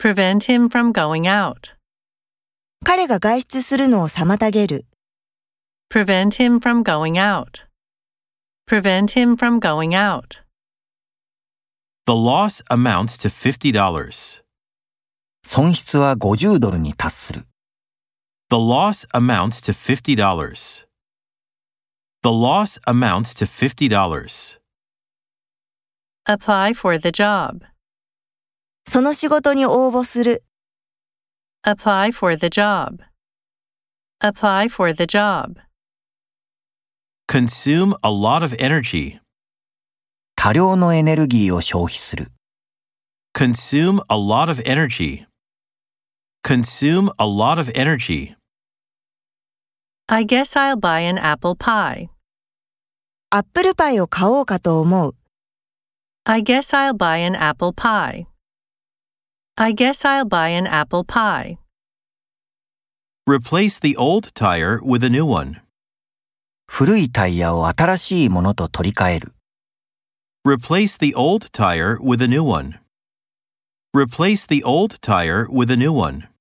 Prevent him from going out. 彼が外出するのを妨げる。 Prevent him from going out. Prevent him from going out. The loss amounts to $50. 損失は50ドルに達する。 The loss amounts to $50. The loss amounts to $50. Apply for the job. その仕事に応募する。 Apply for the job. Apply for the job. Consume a lot of energy. 多量のエネルギーを消費する。 Consume a lot of energy. Consume a lot of energy. I guess I'll buy an apple pie. アップルパイを買おうかと思う。 I guess I'll buy an apple pie. I guess I'll buy an apple pie. Replace the old tire with a new one. 古いタイヤを新しいものと取り替える。 Replace the old tire with a new one. Replace the old tire with a new one.